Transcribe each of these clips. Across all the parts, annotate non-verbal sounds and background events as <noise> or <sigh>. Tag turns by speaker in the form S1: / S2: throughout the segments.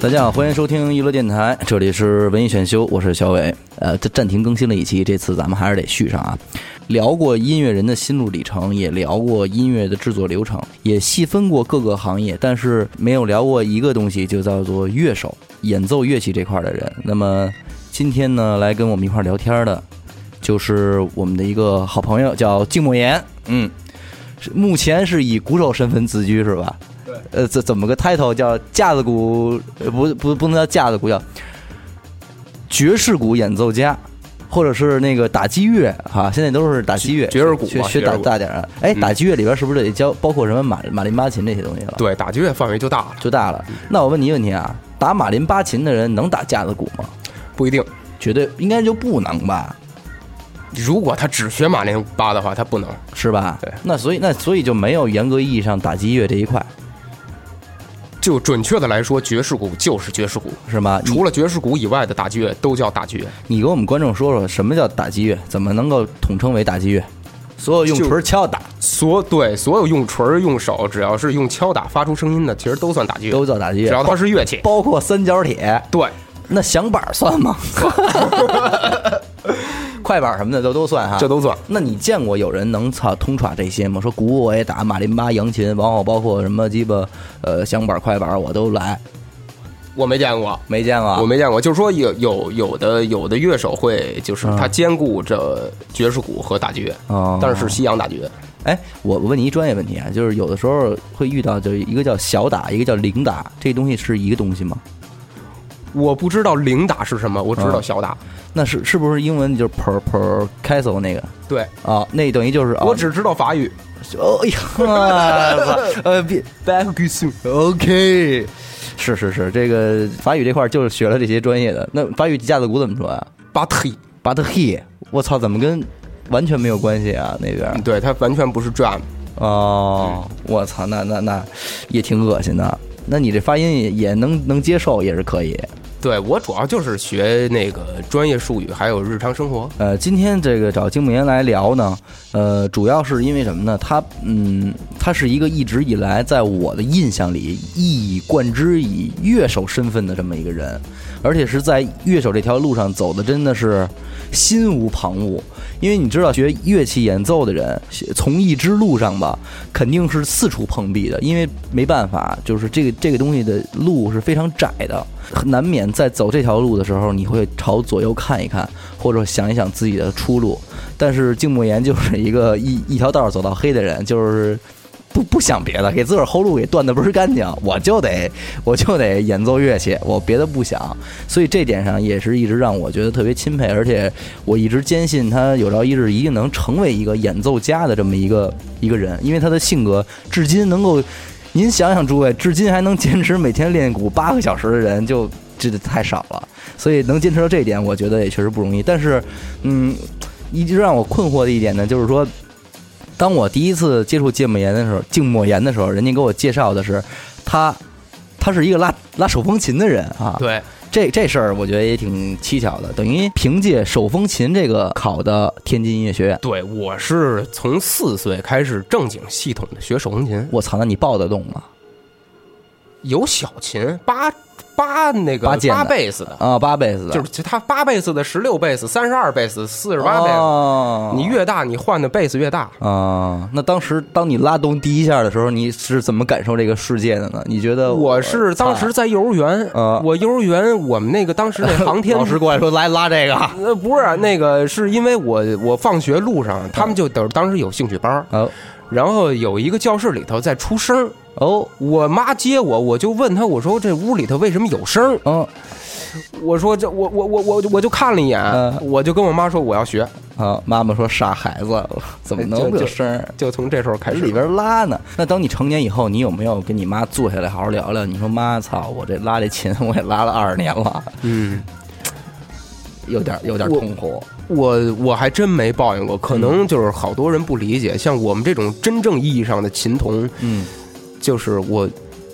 S1: 大家好，欢迎收听娱乐电台，这里是文艺选修，我是小伟。呃，这暂停更新了一期，这次咱们还是得续上啊。聊过音乐人的心路历程，也聊过音乐的制作流程，也细分过各个行业，但是没有聊过一个东西，就叫做乐手，演奏乐器这块的人。那么今天呢，来跟我们一块儿聊天的，就是我们的一个好朋友，叫静莫言。嗯，是目前是以鼓手身份自居，是吧？
S2: 对。
S1: 呃，怎怎么个 title 叫架子鼓？呃不不不能叫架子鼓，叫爵士鼓演奏家，或者是那个打击乐哈、现在都是打击乐，
S2: 爵士鼓
S1: 学
S2: 嘛
S1: 学
S2: 爵士
S1: 打
S2: 鼓
S1: 大点儿啊。哎，
S2: 嗯
S1: 打击乐里边是不是得教包括什么马马林巴琴这些东西了？
S2: 对，嗯打击乐范围就大了，
S1: 就大了。那我问你一个问题啊，打马林巴琴的人能打架子鼓吗？
S2: 不一定。
S1: 绝对应该就不能吧，
S2: 如果他只学马林巴的话，他不能。
S1: 是吧？
S2: 对
S1: 那所以那所以就没有严格意义上打击乐这一块，
S2: 就准确的来说，爵士鼓就是爵士鼓，
S1: 是吗？你
S2: 除了爵士鼓以外的打击乐都叫打击乐。
S1: 你给我们观众说说什么叫打击乐，怎么能够统称为打击乐？所有用
S2: 就
S1: 锤敲打
S2: 所对所有用锤儿、用手，只要是用敲打发出声音的，其实都算打击乐
S1: 都，叫打击
S2: 只要
S1: 乐，
S2: 它是乐器。
S1: 包括三角铁。
S2: 对，
S1: 那响板算
S2: <laughs>
S1: 吗？快板什么的都都算哈。
S2: 这都算。
S1: 那你见过有人能操通耍这些吗？说鼓我也打，马林巴、扬琴，往后包括什么鸡巴呃响板、快板我都来，
S2: 我没见过，
S1: 没见过。
S2: 我没见过。就是说有有有的有的乐手会，就是他兼顾着爵士鼓和打击乐，
S1: 哦
S2: 但是西洋打击乐。
S1: 哎，我我问你一专业问题啊，就是有的时候会遇到，就是一个叫小打，一个叫零打，这东西是一个东西吗？
S2: 我不知道零打是什么，我知道
S1: 嗯
S2: 小打。
S1: 那是是不是英文就是 per per castle 那个
S2: 对，
S1: 啊？那等于就是啊，
S2: 我只知道法语。
S1: 哦哎呀，我操呃别
S2: Back g s
S1: OK，是是是，这个法语这块儿就是学了这些专业的。那法语架子鼓怎么说啊
S2: b u t t
S1: b u t h e 我操，怎么跟完全没有关系啊？那边儿
S2: 对，它完全不是 drum。
S1: 哦，我操，那那那也挺恶心的。那你这发音也也能能接受，也是可以。
S2: 对我主要就是学那个专业术语，还有日常生活。
S1: 呃，今天这个找金木研来聊呢，呃，主要是因为什么呢？他，嗯，他是一个一直以来在我的印象里一以贯之以乐手身份的这么一个人，而且是在乐手这条路上走的真的是心无旁骛。因为你知道，学乐器演奏的人，从艺之路上吧，肯定是四处碰壁的，因为没办法，就是这个这个东西的路是非常窄的，难免在走这条路的时候，你会朝左右看一看，或者想一想自己的出路。但是静莫言就是一个一一条道儿走到黑的人，就是。不不想别的，给自个儿后路给断的倍儿干净， <laughs> 我就得我就得演奏乐器，我别的不想，所以这点上也是一直让我觉得特别钦佩，而且我一直坚信他有朝一日一定能成为一个演奏家的这么一个一个人，因为他的性格至今能够，您想想诸位，至今还能坚持每天练鼓八个小时的人就。这太少了，所以能坚持到这一点，我觉得也确实不容易。但是，嗯，一直让我困惑的一点呢，就是说，当我第一次接触静莫言的时候，静莫言的时候，人家给我介绍的是他，他是一个拉拉手风琴的人啊。
S2: 对，
S1: 这这事儿我觉得也挺蹊跷的，等于凭借手风琴这个考的天津音乐学院。
S2: 对我是从四岁开始正经系统的学手风琴，
S1: 我操，那你抱得动吗？
S2: 有小琴八八那个
S1: 八键的
S2: 八贝斯的，
S1: 啊，八贝斯的，
S2: 就是其他八贝斯的、十六贝斯、三十二贝斯、四十八贝斯。
S1: 哦、
S2: 你越大，你换的贝斯越大。
S1: 啊、那当时当你拉动第一下的时候，你是怎么感受这个世界的呢？你觉得
S2: 我是当时在幼儿园
S1: 啊，
S2: 呃我幼嗯儿园我们那个当 <laughs> 时那航天
S1: 老师过来说来拉这个，
S2: 呃，不是那个，是因为我我放学路上，他们就等当时有兴趣班儿，
S1: 哦
S2: 然后有一个教室里头在出声儿，
S1: 哦
S2: 我妈接我，我就问她，我说这屋里头为什么有声儿？
S1: 嗯
S2: 我说这我我我我我就看了一眼，
S1: 嗯
S2: 我就跟我妈说我要学，
S1: 啊，妈妈说傻孩子怎么能
S2: 哎就
S1: 没有
S2: 就
S1: 声儿？
S2: 就从这时候开
S1: 还
S2: 始
S1: 里边拉呢。那等你成年以后，你有没有跟你妈坐下来好好聊聊？你说妈，操，我这拉这琴我也拉了二十年了，
S2: 嗯，
S1: 有点有点
S2: 我
S1: 痛苦。
S2: 我我还真没抱怨过，可能就是好多人不理解，像我们这种真正意义上的琴童，
S1: 嗯
S2: 就是我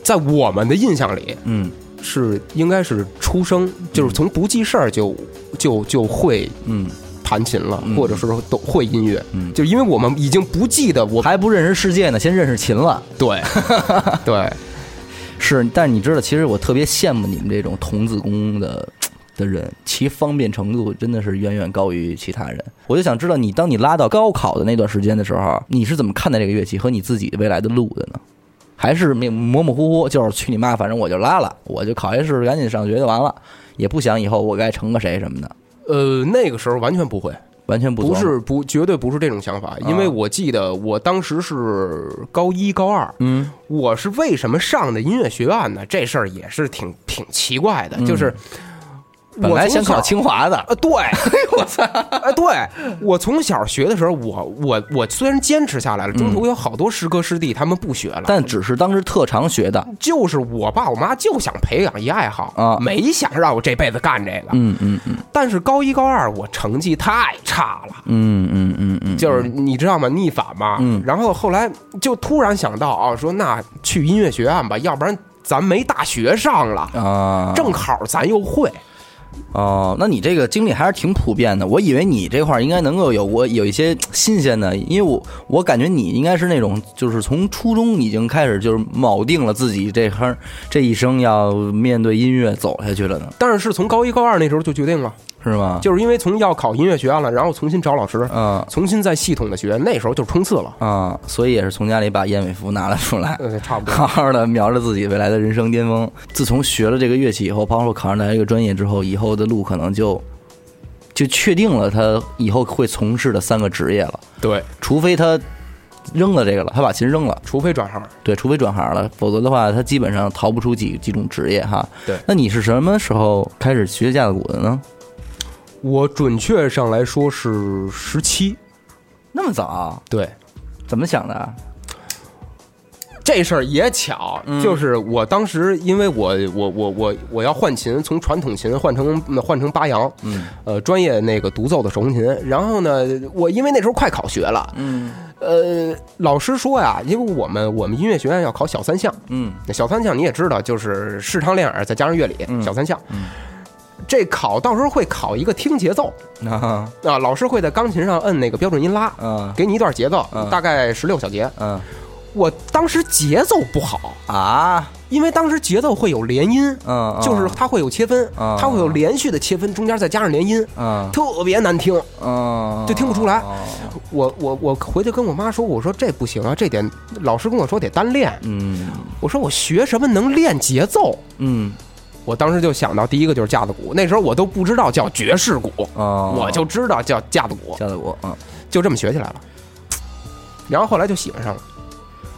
S2: 在我们的印象里，
S1: 嗯
S2: 是应该是出生，就是从不记事儿就就就会
S1: 嗯
S2: 弹琴了
S1: 嗯，
S2: 或者是都会音乐，
S1: 嗯，
S2: 就因为我们已经不记得我
S1: 还不认识世界呢，先认识琴了。
S2: 对对
S1: 是，但是你知道，其实我特别羡慕你们这种童子功的的人，其方便程度真的是远远高于其他人。我就想知道你，当你拉到高考的那段时间的时候，你是怎么看待这个乐器和你自己未来的路的呢？还是没模模糊糊，就是去你妈，反正我就拉了，我就考一试，赶紧上学就完了，也不想以后我该成个谁什么的，
S2: 呃，那个时候完全不会，
S1: 完全不啊琢
S2: 不
S1: 磨
S2: 是不绝对不是这种想法，因为我记得我当时是高一高二，
S1: 嗯
S2: 我是为什么上的音乐学院呢？这事儿也是挺挺奇怪的，就是
S1: 嗯本来
S2: 我从
S1: 想考
S2: 小
S1: 清哎华的，
S2: 啊，
S1: <laughs>
S2: 对，我 <laughs> 操，啊，对我从小学的时候，我我我虽然坚持下来了，
S1: 嗯
S2: 中途有好多师哥师弟他们不学了，
S1: 但只是当时特长学的，
S2: 就是我爸我妈就想培养一爱好
S1: 啊
S2: 没想让我这辈子干这个。
S1: 嗯嗯嗯
S2: 但是高一高二我成绩太差了，
S1: 嗯嗯嗯嗯，
S2: 就是你知道吗？逆反嘛。
S1: 嗯
S2: 然后后来就突然想到啊，说那去音乐学院吧，要不然咱没大学上了，
S1: 啊，
S2: 正好咱又会。
S1: 哦，那你这个经历还是挺普遍的。我以为你这块儿应该能够有过有一些新鲜的，因为我我感觉你应该是那种就是从初中已经开始就是铆定了自己这行这一生要面对音乐走下去了呢，
S2: 但是是从高一高二那时候就决定了，
S1: 是吗？
S2: 就是因为从要考音乐学院了，然后重新找老师，
S1: 嗯
S2: 重新再系统的学，那时候就冲刺了
S1: <laughs> 啊、。所以也是从家里把燕尾服拿了出来。
S2: 呃，差不多。
S1: 好好的瞄着自己未来的人生巅峰。自从学了这个乐器以后，包括考上大学这个专业之后，以后的路可能就就确定了他以后会从事的三个职业了。
S2: 对，
S1: 除非他扔了这个了，他把琴扔了，
S2: 除非转行。
S1: 对，除非转行了，否则的话，他基本上逃不出几几种职业哈。
S2: 对
S1: 那你是什么时候开始学架子鼓的呢？
S2: 我准确上来说是十七。
S1: 那么早，
S2: 对，
S1: 怎么想的？
S2: 这事儿也巧，
S1: 嗯
S2: 就是我当时因为我我我我我要换琴，从传统琴换成嗯换成八扬，
S1: 嗯
S2: 呃，专业那个独奏的手风琴。然后呢，我因为那时候快考学了，
S1: 嗯
S2: 呃，老师说呀，因为我们我们音乐学院要考小三项，
S1: 嗯
S2: 那小三项你也知道，就是视唱练耳再加上乐理，
S1: 嗯
S2: 小三项。这考到时候会考一个听节奏
S1: <laughs> 啊
S2: 啊，老师会在钢琴上摁那个标准音拉，
S1: 啊
S2: 给你一段节奏
S1: 嗯，
S2: 大概十六小节。
S1: 啊
S2: 我当时节奏不好，
S1: 啊
S2: 因为当时节奏会有连音，
S1: 嗯，
S2: 就是它会有切分，
S1: 啊
S2: 它会有连续的切分，中间再加上连音，
S1: 嗯
S2: 特别难听。
S1: 嗯，
S2: 啊就听不出来我我我回去跟我妈说，我说这不行啊，这点老师跟我说得单练。
S1: 嗯
S2: 我说我学什么能练节奏？
S1: 嗯
S2: 我当时就想到第一个就是架子鼓，那时候我都不知道叫爵士鼓，
S1: 哦，
S2: 我就知道叫架子鼓，
S1: 架子鼓啊。
S2: 就这么学起来了。然后后来就喜欢上了。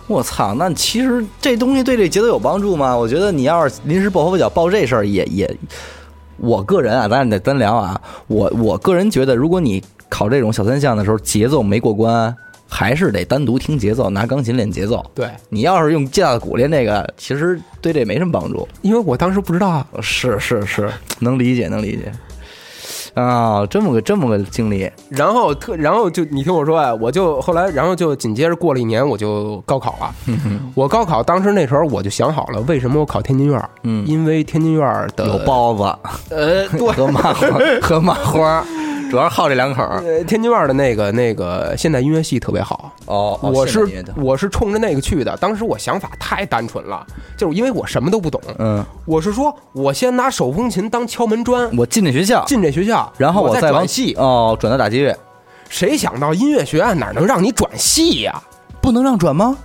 S1: 我操，那其实这东西对这节奏有帮助吗？我觉得你要是临时抱佛脚抱这事儿也也，我个人啊，咱俩得单聊啊。我我个人觉得，如果你考这种小三项的时候节奏没过关，还是得单独听节奏，拿钢琴练节奏。
S2: 对，
S1: 你要是用架子鼓练这个，其实对这没什么帮助。
S2: 因为我当时不知道啊，
S1: 是是是，能理解能理解。啊、这么个这么个经历，
S2: 然后特，然后就你听我说啊，我就后来，然后就紧接着过了一年，我就高考了。
S1: 嗯
S2: 我高考当时那时候我就想好了，为什么我考天津院儿？
S1: 嗯
S2: 因为天津院儿的
S1: 有包 <laughs> 子
S2: 呃，对，
S1: 和麻花和麻花，主要是好这两口儿。
S2: 呃，天津院儿的那个那个现代音乐系特别好。
S1: 哦，哦
S2: 我
S1: 现代
S2: 是
S1: 音乐的
S2: 我是冲着那个去的，当时我想法太单纯了，就是因为我什么都不懂。
S1: 嗯，
S2: 我是说，我先拿手风琴当敲门砖，
S1: 我进这学校，
S2: 进这学校，
S1: 然后
S2: 我
S1: 再往
S2: 转系。
S1: 哦，转到打击乐，
S2: 谁想到音乐学院哪能让你转系呀、
S1: 不能让转吗？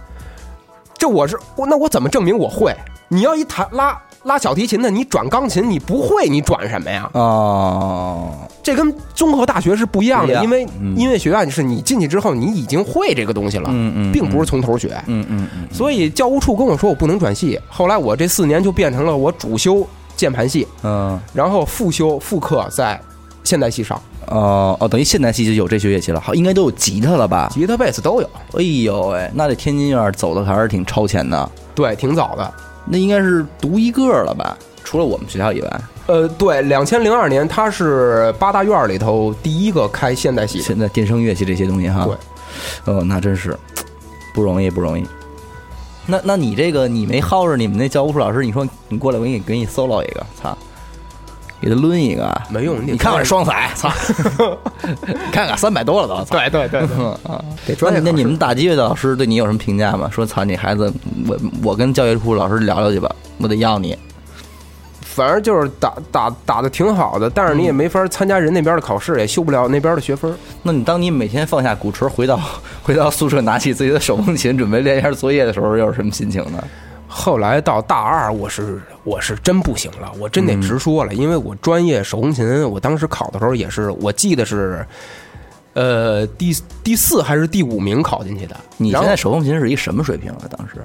S2: 这我是我，那我怎么证明我会？你要一弹拉拉小提琴的，你转钢琴你不会，你转什么呀？
S1: 哦，
S2: 这跟综合大学是不一样
S1: 不一
S2: 的，
S1: 样
S2: 因为音乐学院是你进去之后你已经会这个东西了，
S1: 嗯嗯
S2: 并不是从头学。
S1: 嗯嗯嗯，
S2: 所以教务处跟我说我不能转系，后来我这四年就变成了我主修键盘系，
S1: 嗯，
S2: 然后副修副课在现代系上，
S1: 哦哦，等于现代系就有这些乐器了，好，应该都有吉他了吧？
S2: 吉他、贝斯都有。
S1: 哎呦喂、那这天津院走的还是挺超前的，
S2: 对，挺早的。
S1: 那应该是独一个了吧？除了我们学校以外，
S2: 呃，对，两千零二年他是八大院里头第一个开现代系的。
S1: 现在电声乐器这些东西哈，
S2: 对，
S1: 哦，那真是不容易，不容易。那那你这个你没薅着你们那教务处老师，你说你过来，我给你给你 solo 一个，操，给他抡一个啊，
S2: 没用，
S1: 你看我这双踩，
S2: <laughs>
S1: 操！你看看三百多了都，操！
S2: 对对对
S1: <laughs> 那
S2: 对，得专业
S1: 那
S2: 考
S1: 你
S2: 试
S1: 们打击乐的老师对你有什么评价吗？说操，你孩子，我我跟教育处老师聊聊去吧，我得要你。
S2: 反正就是打打打的挺好的，但是
S1: 嗯
S2: 你也没法参加人那边的考试，也修不了那边的学分。
S1: 那你当你每天放下鼓槌，回到回到宿舍，拿起自己的手风琴，准备练一下作业的时候，又是什么心情呢？
S2: 后来到大二，我是我是真不行了，我真得
S1: 嗯
S2: 直说了，因为我专业手风琴，我当时考的时候也是，我记得是，呃，第第四还是第五名考进去的。
S1: 你
S2: 然
S1: 现在
S2: 后
S1: 手风琴是一什么水平啊？当时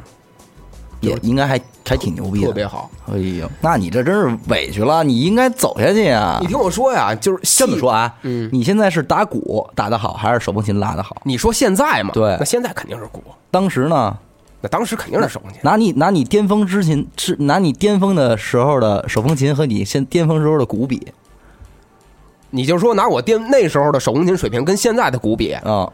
S1: 也应该还还挺牛逼的，
S2: 特别好。
S1: 哎呦，那你这真是委屈了，你应该走下去呀
S2: 你。听我说呀，就是
S1: 啊这么
S2: 细
S1: 说，啊，你现在是打鼓打得好，还是手风琴拉得好？
S2: 你说现在嘛，
S1: 对
S2: 那现在肯定是鼓，
S1: 当时呢，
S2: 那当时肯定是手风琴。
S1: 拿你拿你巅峰之琴，是拿你巅峰的时候的手风琴和你现巅峰时候的鼓比
S2: 你就说拿我电那时候的手风琴水平跟现在的鼓比，
S1: 啊、嗯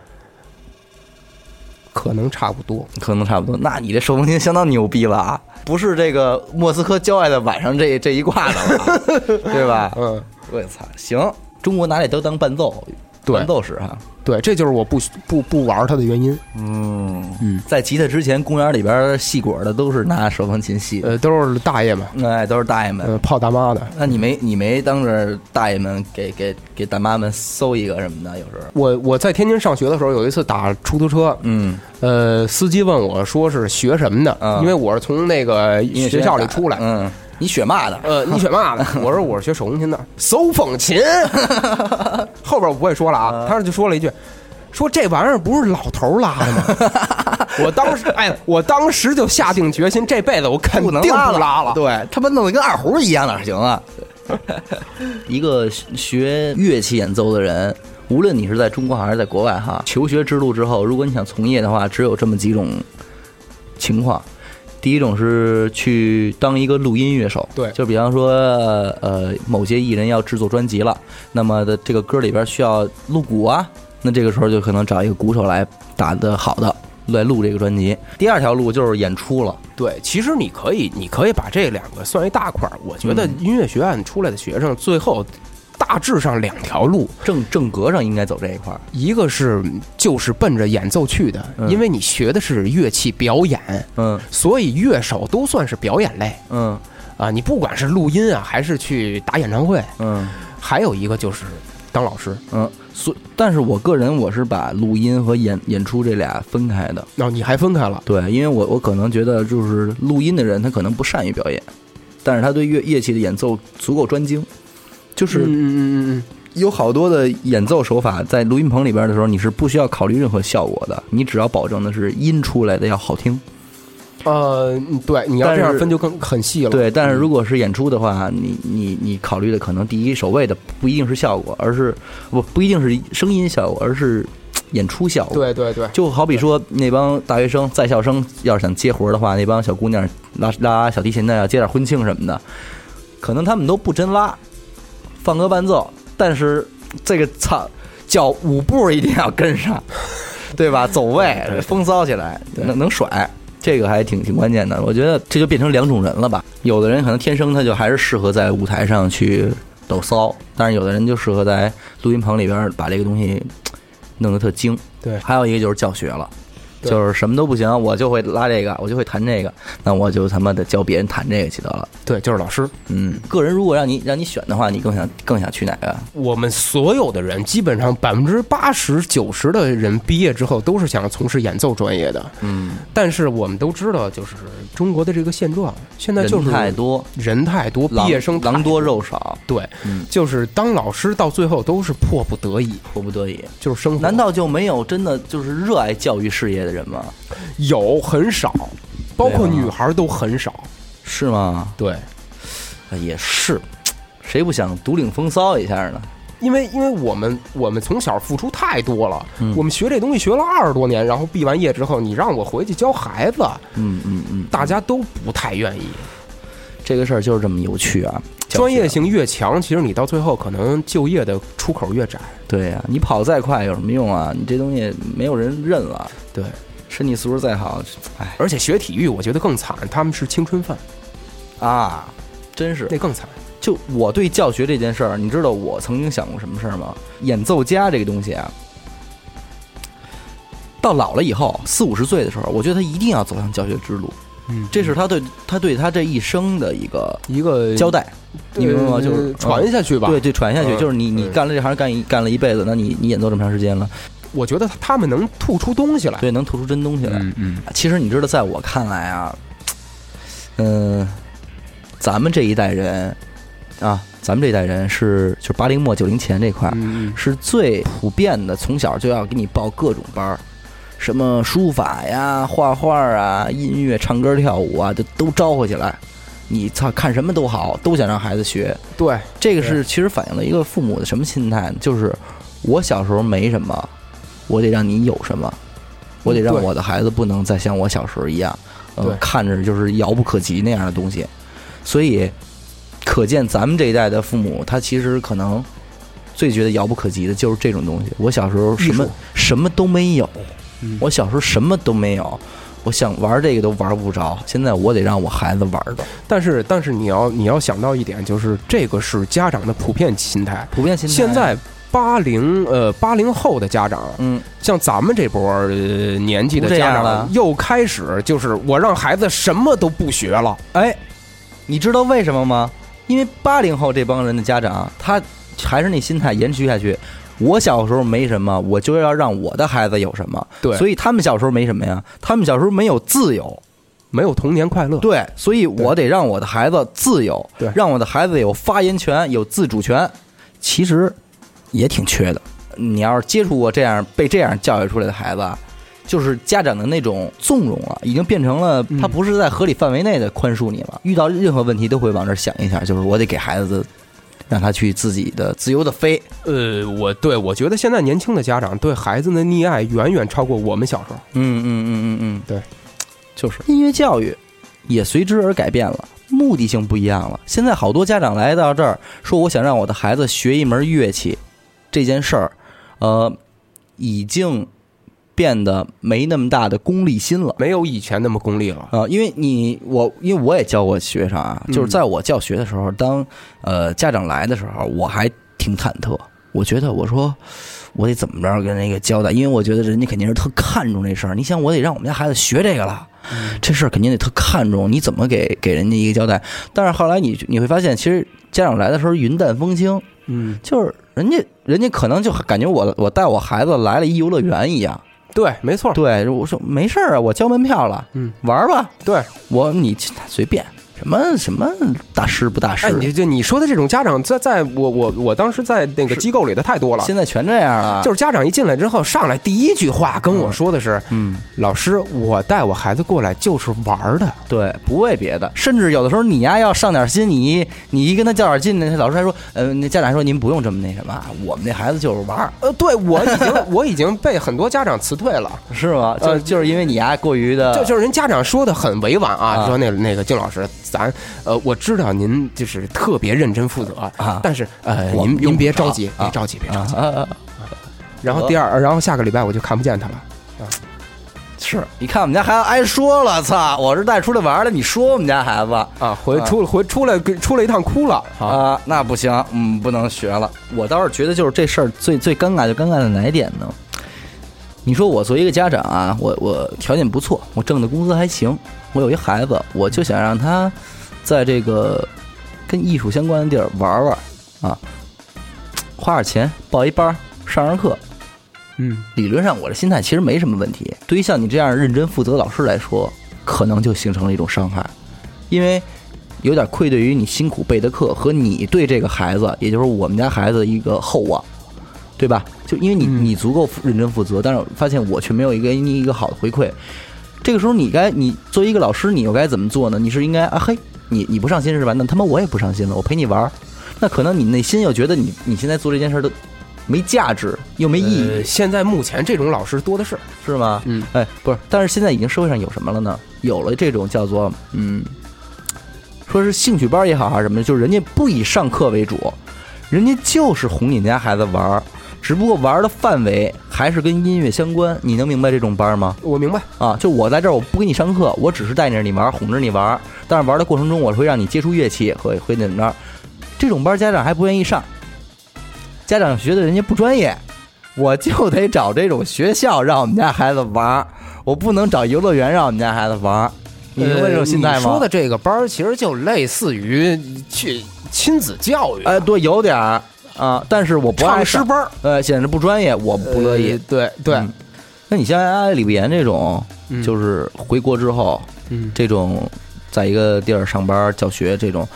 S2: 可能差不多。
S1: 可能差不多。那你这手风琴相当牛逼了啊，不是这个莫斯科郊外的晚上这这一挂的了啊，对吧？
S2: 嗯，
S1: 我操，行，中国拿这都当伴奏，
S2: 对
S1: 伴奏使哈、
S2: 对，这就是我不不不玩它的原因。
S1: 嗯
S2: 嗯，
S1: 在吉他之前，公园里边戏果的都是拿手风琴戏的，
S2: 呃，都是大爷嘛，
S1: 哎，都是大爷们。
S2: 呃，泡大妈的。
S1: 那你没你没当着大爷们给给给大妈们搜一个什么的，有时候，
S2: 我我在天津上学的时候，有一次打出租车，
S1: 嗯
S2: 呃，司机问我说是学什么的，
S1: 嗯
S2: 因为我是从那个
S1: 音乐
S2: 学校里
S1: 打的
S2: 出来。
S1: 嗯，你血骂的， <laughs>
S2: 呃，你选嘛的？我说我是学手风琴的，手风琴。后边我不会说了
S1: 嗯
S2: 啊，当时就说了一句，说这玩意儿不是老头拉的吗？
S1: <laughs>
S2: 我当时，哎，我当时就下定决心，这辈子我肯定
S1: 能
S2: 不
S1: 拉
S2: 拉了。
S1: 对他妈弄得跟二胡一样哪行啊？ <laughs> 一个学乐器演奏的人，无论你是在中国还是在国外哈，求学之路之后，如果你想从业的话，只有这么几种情况。第一种是去当一个录音乐手，
S2: 对
S1: 就比方说，呃，某些艺人要制作专辑了，那么的这个歌里边需要录鼓啊，那这个时候就可能找一个鼓手来打的好的来录这个专辑。第二条路就是演出了，
S2: 对，其实你可以，你可以把这两个算一大块儿。我觉得音乐学院出来的学生，最后大致上两条路，
S1: 正正格上应该走这一块儿。
S2: 一个是就是奔着演奏去的，
S1: 嗯
S2: 因为你学的是乐器表演，
S1: 嗯
S2: 所以乐手都算是表演类
S1: 嗯
S2: 啊。你不管是录音啊，还是去打演唱会，
S1: 嗯
S2: 还有一个就是当老师。
S1: 嗯，所但是我个人我是把录音和演演出这俩分开的。
S2: 哦，你还分开了，
S1: 对，因为我我可能觉得就是录音的人他可能不善于表演，但是他对乐乐器的演奏足够专精。就是
S2: 嗯嗯嗯
S1: 有好多的演奏手法，在录音棚里边的时候，你是不需要考虑任何效果的，你只要保证的是音出来的要好听。
S2: 嗯，呃，嗯对，你要
S1: 但
S2: 这样
S1: 是
S2: 分就更很细了。嗯
S1: 对，但是如果是演出的话，你你你考虑的可能第一首位的不一定是效果，而是不不一定是声音效果，而是嘖演出效果。，
S2: 嗯对对对，
S1: 就好比说那帮大学生在校生要是想接活儿的话，那帮小姑娘拉拉小提琴的要接点婚庆什么的，可能他们都不真拉，放个伴奏，但是这个操脚舞步一定要跟上，对吧？走位风骚起来，能能甩。这个还挺挺关键的，我觉得这就变成两种人了吧。有的人可能天生他就还是适合在舞台上去抖骚，但是有的人就适合在录音棚里边把这个东西弄得特精。
S2: 对
S1: 还有一个就是教学了。
S2: 对
S1: 就是什么都不行，我就会拉这个，我就会弹这个，那我就他妈的教别人弹这个去得了。
S2: 对，就是老师。
S1: 嗯，个人如果让你让你选的话，你更想更想去哪个？啊
S2: 我们所有的人，基本上百分之八十九十的人毕业之后都是想从事演奏专业的，
S1: 嗯，
S2: 但是我们都知道，就是中国的这个现状，现在就是
S1: 人太多，
S2: 人太多，毕
S1: 狼
S2: 业生太
S1: 狼多肉少，
S2: 对，
S1: 嗯
S2: 就是当老师到最后都是迫不得已，
S1: 迫不得已。
S2: 就是生活。
S1: 难道就没有真的就是热爱教育事业的人吗？
S2: 有很少，包括
S1: 对啊
S2: 女孩都很少，
S1: 是吗？
S2: 对。
S1: 啊也是，谁不想独领风骚一下呢？
S2: 因为因为我们我们从小付出太多了，
S1: 嗯
S2: 我们学这东西学了二十多年，然后毕完业之后，你让我回去教孩子，
S1: 嗯嗯嗯，
S2: 大家都不太愿意。
S1: 这个事儿就是这么有趣啊！教学
S2: 专业性越强，其实你到最后可能就业的出口越窄。
S1: 对呀、你跑再快有什么用啊？你这东西没有人认了，
S2: 对，
S1: 身体素质再好，哎
S2: 而且学体育我觉得更惨，他们是青春饭，
S1: 啊，真是
S2: 那更惨。
S1: 就我对教学这件事儿，你知道我曾经想过什么事儿吗？演奏家这个东西啊，到老了以后，四五十岁的时候，我觉得他一定要走上教学之路。
S2: 嗯
S1: 这是他对他对他这一生的一个
S2: 一个
S1: 嗯交代，你明白吗？就是
S2: 呃传下去吧。
S1: 对，，就传下去，
S2: 嗯
S1: 就是你你
S2: 嗯
S1: 干了这行干一干了一辈子，那你你演奏这么长时间了，
S2: 我觉得他们能吐出东西来。
S1: 对，能吐出真东西来。
S2: 嗯嗯
S1: 其实你知道，在我看来啊，嗯、咱们这一代人啊，咱们这一代人是就是八零末九零前这块儿、
S2: 嗯
S1: 是最普遍的，从小就要给你报各种班儿，什么书法呀、画画啊、音乐、唱歌、跳舞啊，就都招呼起来。你操，看什么都好，都想让孩子学。
S2: 嗯，对，
S1: 这个是其实反映了一个父母的什么心态呢？就是我小时候没什么，我得让你有什么，我得让
S2: 对
S1: 我的孩子不能再像我小时候一样，呃
S2: 对，
S1: 看着就是遥不可及那样的东西。所以，可见咱们这一代的父母，他其实可能最觉得遥不可及的就是这种东西。我小时候什么
S2: 艺术
S1: 什么都没有，
S2: 嗯
S1: 我小时候什么都没有。我想玩这个都玩不着，现在我得让我孩子玩的，
S2: 但是但是你要你要想到一点，就是这个是家长的普遍心态。
S1: 普遍心态。
S2: 现，在八零呃八零后的家长，
S1: 嗯，
S2: 像咱们这波、呃、年纪的
S1: 不这
S2: 家
S1: 样
S2: 长
S1: 了，
S2: 又开始就是我让孩子什么都不学了。
S1: 哎，你知道为什么吗？因为八零后这帮人的家长，他还是那心态延续下去。我小时候没什么，我就要让我的孩子有什么。
S2: 对
S1: 所以他们小时候没什么呀，他们小时候没有自由。
S2: 没有童年快乐，
S1: 对，所以我得让我的孩子自由，
S2: 对
S1: 让我的孩子有发言权，有自主权。其实也挺缺的。你要是接触过这样被这样教育出来的孩子啊，就是家长的那种纵容了，已经变成了
S2: 嗯
S1: 他不是在合理范围内的宽恕你了。遇到任何问题都会往这儿想一下，就是我得给孩子让他去自己的自由的飞。
S2: 呃，我对我觉得现在年轻的家长对孩子的溺爱远远超过我们小时候。
S1: 嗯嗯嗯嗯嗯，
S2: 对，
S1: 就是音乐教育也随之而改变了，目的性不一样了。现在好多家长来到这儿说，我想让我的孩子学一门乐器，这件事儿，呃，已经变得没那么大的功利心了。
S2: 没有以前那么功利了。
S1: 啊、因为你我，因为我也教过学生啊，就是在我教学的时候，当呃家长来的时候，我还挺忐忑。我觉得我说我得怎么着跟那个交代，因为我觉得人家肯定是特看重这事儿。你想，我得让我们家孩子学这个了，这事儿肯定得特看重。你怎么给给人家一个交代？但是后来你你会发现，其实家长来的时候云淡风轻，
S2: 嗯，
S1: 就是人家人家可能就感觉我我带我孩子来了一游乐园一样。
S2: 对，没错，
S1: 对，我说没事儿啊，我交门票了，
S2: 哦嗯，
S1: 玩儿吧。
S2: 对。
S1: 我你随便什么什么大师不大师，
S2: 哎，你就你说的这种家长，在在我我我当时在那个机构里的太多了。
S1: 现在全这样了，
S2: 就是家长一进来之后，上来第一句话跟我说的是
S1: 嗯，：“
S2: 老师，我带我孩子过来就是玩儿的。
S1: 对，不为别的，甚至有的时候你呀要上点心，你一你一跟他较点劲，那老师还说，呃，那家长还说您不用这么那什么，我们那孩子就是玩儿，”
S2: 呃，对我已经 <laughs> 我已经被很多家长辞退了，
S1: 是吗？就、
S2: 呃
S1: 就是因为你呀过于的，
S2: 就就是人家长说的很委婉
S1: 啊
S2: 啊，说那那个静老师，咱呃我知道您就是特别认真负责
S1: 啊
S2: 但是呃
S1: 我
S2: 您
S1: 们用
S2: 您别
S1: 不着
S2: 着急，
S1: 啊
S2: 别着急，别着
S1: 啊
S2: 急。
S1: 啊啊啊
S2: 然后第二，呃然后下个礼拜我就看不见他了。
S1: 是，你看我们家孩子挨说了，操，我是带出来玩儿的，你说我们家孩子。
S2: 啊，回
S1: 啊
S2: 出回出来跟出来一趟哭了啊，
S1: 啊、那不行，嗯，不能学了。我倒是觉得，就是这事儿最最尴尬，就尴尬在哪一点呢？你说我作为一个家长啊，我我条件不错，我挣的工资还行，我有一孩子，我就想让他在这个跟艺术相关的地儿玩玩啊，花点钱报一班儿，上上课。
S2: 嗯，
S1: 理论上我的心态其实没什么问题。对于像你这样认真负责的老师来说，可能就形成了一种伤害，因为有点愧对于你辛苦备的课和你对这个孩子，也就是我们家孩子的一个厚望，对吧？就因为你
S2: 嗯
S1: 你足够认真负责，但是我发现我却没有一个给你一个好的回馈。这个时候你该你作为一个老师，你又该怎么做呢？你是应该啊嘿，你你不上心是吧？那他妈我也不上心了，我陪你玩儿。那可能你内心又觉得你你现在做这件事儿都没价值，又没
S2: 没
S1: 意义。
S2: 哎现在目前这种老师多的是，
S1: 是吗？
S2: 嗯，
S1: 哎，不是，但是现在已经社会上有什么了呢？有了这种叫做嗯，说是兴趣班也好还是什么的，就是人家不以上课为主，人家就是哄你们家孩子玩儿，只不过玩儿的范围还是跟音乐相关。你能明白这种班吗？
S2: 我明白，
S1: 啊，就我在这儿，我不给你上课，我只是带着你玩儿，哄着你玩儿。但是玩儿的过程中，我会让你接触乐器，会会怎么着？这种班儿家长还不愿意上，家长觉得人家不专业，我就得找这种学校让我们家孩子玩儿，我不能找游乐园让我们家孩子玩儿。你是问这种心态吗？
S2: 呃你说的这个班儿其实就类似于去亲子教育，
S1: 哎，对，有点儿啊，但是我不爱
S2: 唱诗
S1: 上，
S2: 班儿，
S1: 呃，显得不专业，我不乐意
S2: 呃。对对，
S1: 嗯那你像阿里不言这种，
S2: 嗯
S1: 就是回国之后
S2: 嗯
S1: 这种，在一个地儿上班教学这种，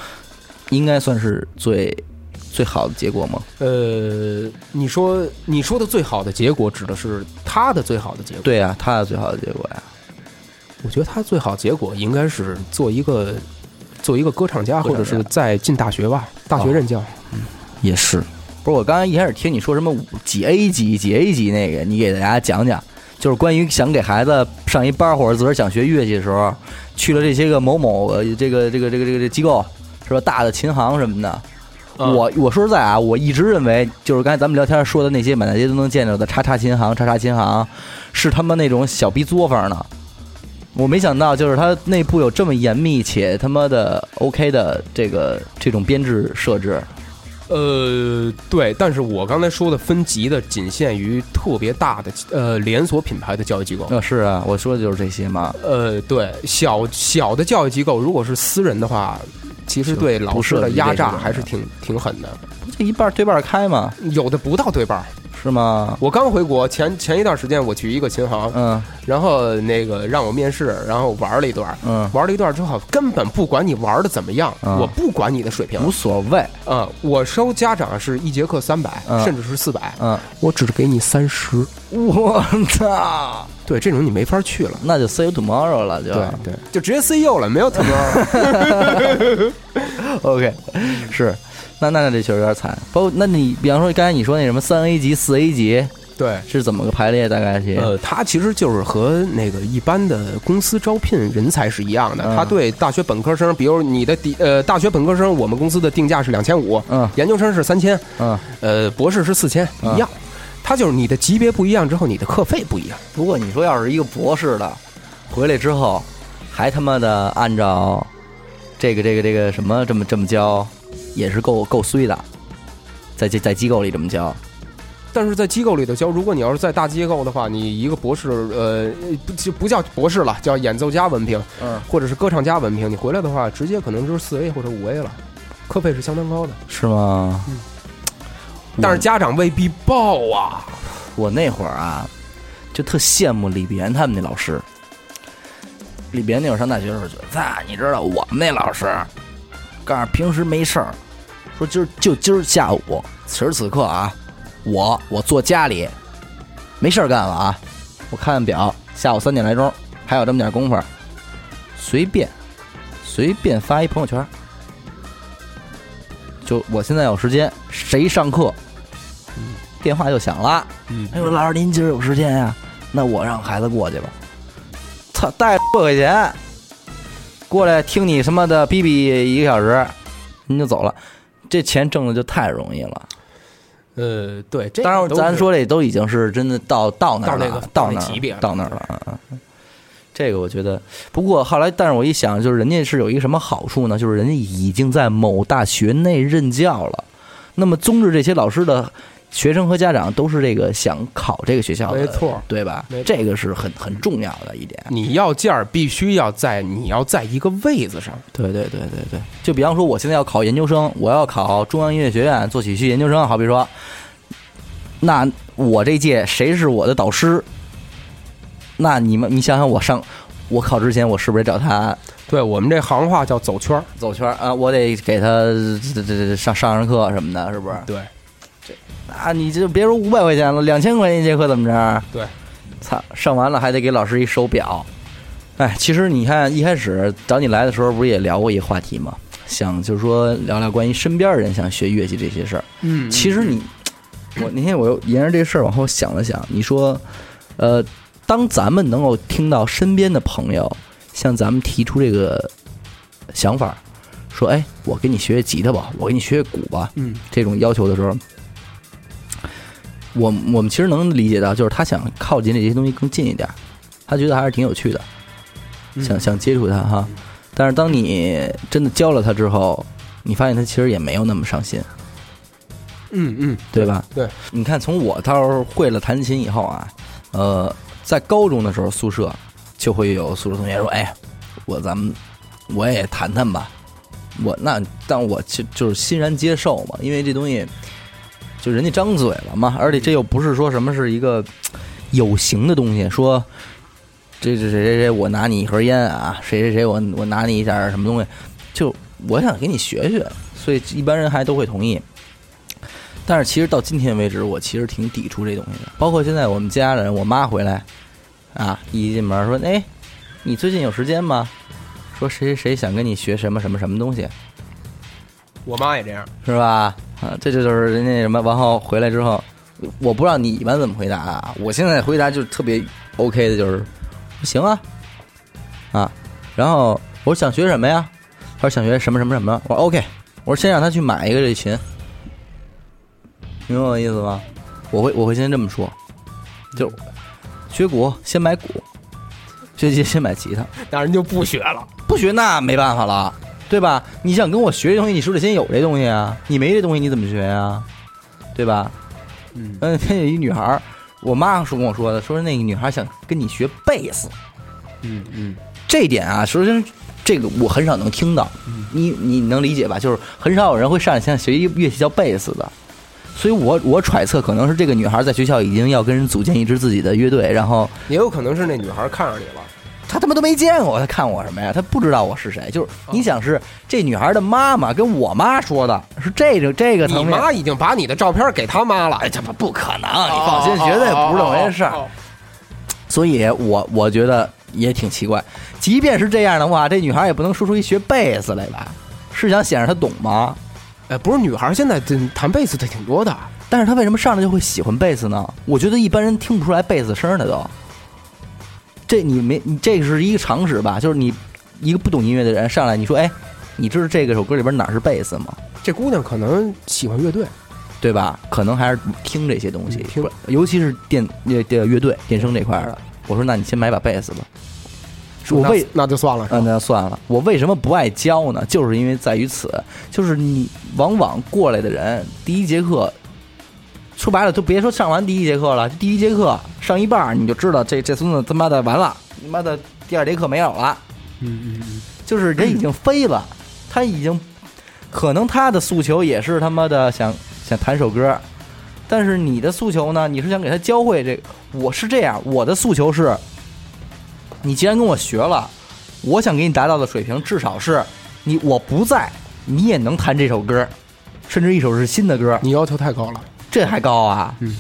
S1: 应该算是最最好的结果吗？
S2: 呃，你说你说的最好的结果指的是他的最好的结果，
S1: 对啊，他的最好的结果呀，
S2: 我觉得他最好结果应该是做一个做一个歌唱家，
S1: 歌唱
S2: 或
S1: 家哦
S2: 者是在进大学吧，大学任教。
S1: 也是。不是我刚才一开始听你说什么五几 A 级几 A 级那个，你给大家讲讲，就是关于想给孩子上一班儿或者自个儿想学乐器的时候，去了这些个某某呃这个这个这个这个这个机构是吧，大的琴行什么的，
S2: 嗯
S1: 我我说实在啊，我一直认为，就是刚才咱们聊天说的那些满大街都能见着的叉叉琴行、叉叉琴行，是他妈那种小逼作坊呢。我没想到，就是它内部有这么严密且他妈的 OK 的这个这种编制设置。
S2: 呃，对，但是我刚才说的分级的仅限于特别大的呃连锁品牌的教育机构。
S1: 那、是啊，我说的就是这些嘛。
S2: 呃，对，小小的教育机构如果是私人的话，其实
S1: 就
S2: 对
S1: 不
S2: 老师
S1: 涉
S2: 的
S1: 及
S2: 压
S1: 这
S2: 榨
S1: 种
S2: 还是
S1: 的
S2: 挺挺狠的，
S1: 不就一半对半开嘛，
S2: 有的不到对半儿。
S1: 是吗？
S2: 我刚回国前前一段时间，我去一个琴行，
S1: 嗯
S2: 然后那个让我面试，然后玩了一段儿，
S1: 嗯，
S2: 玩了一段之后，根本不管你玩的怎么样，
S1: 嗯
S2: 我啊不管你的水平，
S1: 无所谓。
S2: 嗯，我收家长是一节课三百、
S1: 嗯
S2: 甚至是四百，
S1: 嗯，
S2: 我只给你三十，
S1: 我操，
S2: 对，这种你没法去了。
S1: 那就 see you tomorrow 了，就。
S2: 对对，就直接 CEO 了，没有 <laughs> tomorrow。
S1: OK，是，那那这确实有点惨。包括那你比方说刚才你说那什么三 A 级、四 A 级
S2: 对，
S1: 是怎么个排列？大概是？
S2: 呃，它其实就是和那个一般的公司招聘人才是一样的，
S1: 嗯
S2: 它对大学本科生，比如你的底呃大学本科生，我们公司的定价是两千五，
S1: 嗯
S2: 研究生是三千，
S1: 嗯。
S2: 呃，博士是四千，
S1: 嗯
S2: 一样。它就是你的级别不一样之后，你的课费不一样。
S1: 不过你说要是一个博士的，回来之后还他妈的按照这个这个这个什么这么这么教，也是够够衰的，在在在机构里这么教。
S2: 但是在机构里头教，如果你要是在大机构的话，你一个博士，呃，不就不叫博士了，叫演奏家文凭
S1: 嗯，
S2: 或者是歌唱家文凭，你回来的话，直接可能就是四 A 或者五 A 了，课费是相当高的。
S1: 是吗？嗯
S2: 但是家长未必报啊。
S1: 我那会儿啊，就特羡慕李岩他们那老师。李岩那会儿上大学的时候，觉得，操，你知道我们那老师，告诉平时没事儿，说今儿就今儿下午此时此刻啊，我我坐家里，没事儿干了啊，我看看表，下午三点来钟，还有这么点功夫儿，随便随便发一朋友圈儿，就我现在有时间，谁上课，嗯电话就响了。
S2: 嗯
S1: 哎呦，老师您今儿有时间呀、那我让孩子过去吧。操，带六块钱过来听你什么的逼逼一个小时，您就走了。这钱挣的就太容易了。
S2: 呃，对，这
S1: 当然，
S2: 都是
S1: 咱说这都已经是真的到到那儿
S2: 到
S1: 了，
S2: 那个
S1: 到
S2: 到那
S1: 儿
S2: 级别了
S1: 到那儿了。嗯嗯嗯这个我觉得，不过后来，但是我一想，就是人家是有一个什么好处呢？就是人家已经在某大学内任教了。那么，综治这些老师的学生和家长都是这个想考这个学校的，
S2: 没错
S1: 对吧
S2: 没？错
S1: 这个是很很重要的一点。
S2: 你要价儿必须要在你要在一个位子上。
S1: 对对对对对，就比方说，我现在要考研究生，我要考中央音乐学院做喜剧研究生，好比说，那我这届谁是我的导师？那你们，你想想，我上我考之前，我是不是得找他
S2: 对我们这行话叫走圈儿。
S1: 走圈儿啊？我得给他这这这上上上课什么的，是不是？
S2: 对
S1: 啊，你这别说五百块钱了，两千块钱一节课怎么着？
S2: 对，
S1: 操，上完了还得给老师一手表。哎，其实你看，一开始找你来的时候，不是也聊过一个话题吗？想就是说聊聊关于身边人想学乐器这些事儿。
S2: 嗯
S1: 其实你，我那天我又沿着这事儿往后想了想，你说，呃，当咱们能够听到身边的朋友向咱们提出这个想法儿，说，哎，我给你学学吉他吧，我给你学学鼓吧，
S2: 嗯，
S1: 这种要求的时候，我我们其实能理解到，就是他想靠近这些东西更近一点儿，他觉得还是挺有趣的，
S2: 嗯
S1: 想想接触他哈。但是当你真的教了他之后，你发现他其实也没有那么上心，
S2: 嗯嗯，
S1: 对吧？
S2: 对，
S1: 你看，从我到时候会了弹琴以后啊，呃，在高中的时候宿舍就会有宿舍同学说：“哎，说咱们我也谈谈吧。我那但我就就是欣然接受嘛，因为这东西就人家张嘴了嘛，而且这又不是说什么是一个有形的东西，说这这谁谁谁我拿你一盒烟啊，谁谁谁我我拿你一点什么东西，就我想给你学学，所以一般人还都会同意。但是其实到今天为止，我其实挺抵触这东西的，包括现在我们家人，我妈回来啊，一进门说：“哎，你最近有时间吗？”说谁谁谁想跟你学什么什么什么东西，
S2: 我妈也这样，
S1: 是吧？啊，这就就是人家什么，然后回来之后，我不知道你一般怎么回答啊。我现在回答就是特别 OK 的，就是行啊，啊，然后我说想学什么呀？他说想学什么什么什么，我说 OK，我说先让他去买一个这琴，明白我意思吗？我会我会先这么说，就是学鼓先买鼓，学吉先买吉他，
S2: 那人就不学了。
S1: 不学那没办法了，对吧？你想跟我学这东西，你是不是得先有这东西啊？你没这东西你怎么学呀、对吧？
S2: 嗯，
S1: 嗯， <laughs> 那有一女孩儿，我妈说跟我说的，说那个女孩想跟你学贝斯，
S2: 嗯嗯，
S1: 这一点啊，首先这个我很少能听到，你你能理解吧？就是很少有人会上来先学一乐器叫贝斯的，所以我我揣测可能是这个女孩在学校已经要跟人组建一支自己的乐队，然后
S2: 也有可能是那女孩看上你了。
S1: 他他妈都没见过我，他看我什么呀？他不知道我是谁。就是你想是这女孩的妈妈跟我妈说的，是这个这个
S2: 你
S1: 层面。
S2: 妈已经把你的照片给他妈了，
S1: 哎，
S2: 哎，
S1: 这不不可能，你放心，绝对不是这么回事儿。
S2: 哦
S1: 所以我我觉得也挺奇怪。即便是这样的话，这女孩也不能说出一学贝斯来吧？是想显示她懂吗？
S2: 哎，不是，女孩现在这弹贝斯的挺多的，
S1: 但是她为什么上来就会喜欢贝斯呢？我觉得一般人听不出来贝斯声的都。这你没你这是一个常识吧？就是你一个不懂音乐的人上来，你说哎，你知道这个首歌里边哪儿是贝斯吗？
S2: 这姑娘可能喜欢乐队，
S1: 对吧？可能还是听这些东西，
S2: 嗯听
S1: 不尤其是电乐乐乐队、电声这块儿的。我说，那你先买把贝斯吧。我为
S2: 那那就算了，
S1: 嗯，那算了。我为什么不爱教呢？就是因为在于此，就是你往往过来的人，第一节课，说白了都别说上完第一节课了，第一节课上一半儿你就知道这这孙子他妈的完了，他妈的第二节课没有了。
S2: 嗯嗯
S1: 就是人已经飞了，他已经，可能他的诉求也是他妈的想想弹首歌，但是你的诉求呢？你是想给他教会这个？我是这样，我的诉求是，你既然跟我学了，我想给你达到的水平至少是，你我不在，你也能弹这首歌，甚至一首是新的歌，
S2: 你要求太高了。
S1: 这还高啊？
S2: 嗯，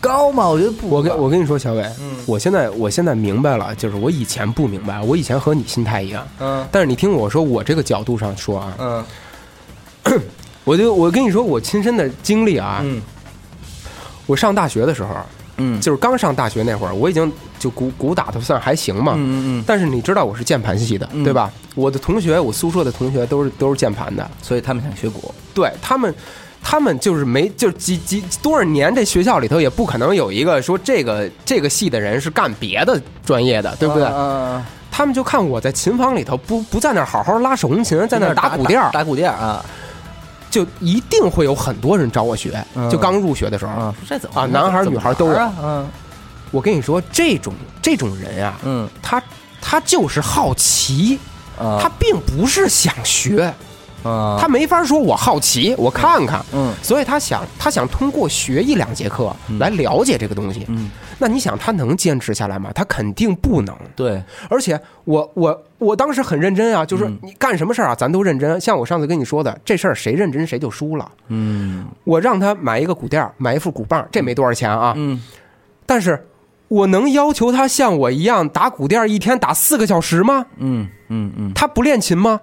S1: 高吗？我觉得不高。
S2: 我跟我跟你说，小伟，
S1: 嗯
S2: 我现在我现在明白了，就是我以前不明白，我以前和你心态一样。
S1: 嗯
S2: 但是你听我说，我这个角度上说啊，
S1: 嗯
S2: 我就我跟你说我亲身的经历啊，
S1: 嗯
S2: 我上大学的时候，
S1: 嗯
S2: 就是刚上大学那会儿，我已经就鼓鼓打的算还行嘛，
S1: 嗯嗯，
S2: 但是你知道我是键盘系的，
S1: 嗯
S2: 对吧？我的同学，我宿舍的同学都是都是键盘的，
S1: 嗯所以他们想学鼓。
S2: 对他们，他们就是没就是几几多少年，这学校里头也不可能有一个说这个这个系的人是干别的专业的，对不对？
S1: 嗯，
S2: 他们就看我在琴房里头不不在那儿好好拉手风琴，在那儿打鼓垫儿，
S1: 打鼓垫儿啊
S2: 就一定会有很多人找我学。
S1: 嗯
S2: 就刚入学的时候，
S1: 啊！这怎么
S2: 啊男孩儿
S1: 怎么
S2: 女孩儿都有
S1: 玩儿啊？
S2: 我跟你说，这种这种人呀、
S1: 嗯
S2: 他他就是好奇，
S1: 嗯啊，
S2: 他并不是想学，
S1: 啊
S2: 他没法说我好奇，我看看。
S1: 嗯
S2: 所以他想，他想通过学一两节课
S1: 嗯
S2: 来了解这个东西。
S1: 嗯，
S2: 那你想，他能坚持下来吗？他肯定不能。
S1: 对，
S2: 而且我我我当时很认真啊，就是
S1: 嗯
S2: 你干什么事儿啊，咱都认真。像我上次跟你说的，这事儿谁认真谁就输了。
S1: 嗯
S2: 我让他买一个鼓垫儿，买一副鼓棒儿，这没多少钱啊。
S1: 嗯
S2: 但是我能要求他像我一样打鼓垫儿一天打四个小时吗？
S1: 嗯嗯嗯，
S2: 他不练琴吗？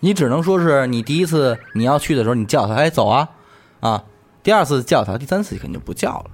S1: 你只能说是你第一次你要去的时候，你叫他，哎，走啊啊！第二次叫他，第三次肯定不叫了。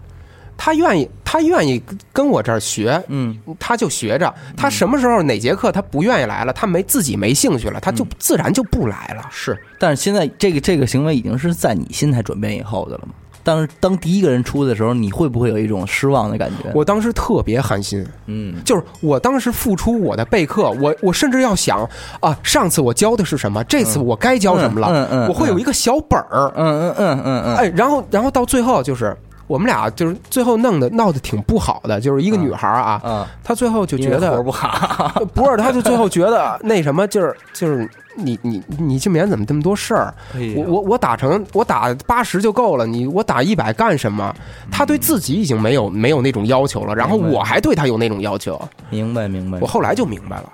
S2: 他愿意，他愿意跟我这儿学，
S1: 嗯
S2: 他就学着。他什么时候哪节课他不愿意来了，他没自己没兴趣了，他就自然就不来了。
S1: 嗯是，但是现在这个这个行为已经是在你心态转变以后的了嘛？当当第一个人出的时候，你会不会有一种失望的感觉？
S2: 我当时特别寒心，
S1: 嗯
S2: 就是我当时付出我的备课，我我甚至要想啊，上次我教的是什么，这次我该教什么了，
S1: 嗯嗯嗯嗯
S2: 我会有一个小本儿，哎
S1: 嗯嗯嗯嗯嗯，
S2: 哎，然后然后到最后就是我们俩就是最后弄的闹得挺不好的，就是一个女孩儿啊，
S1: 啊，
S2: 她最后就
S1: 就
S2: 觉
S1: 觉
S2: 得
S1: 得不好，
S2: 不是，她就最后觉得那什么，就是就是你你你静眠怎么这么多事儿？啊我我我打成我打八十就够了，你我打一百干什么？她对自己已经没有没有那种要求嗯了，然后
S1: 明白
S2: 我还对她有那种要求，
S1: 明白明白
S2: 我，后来就明白了。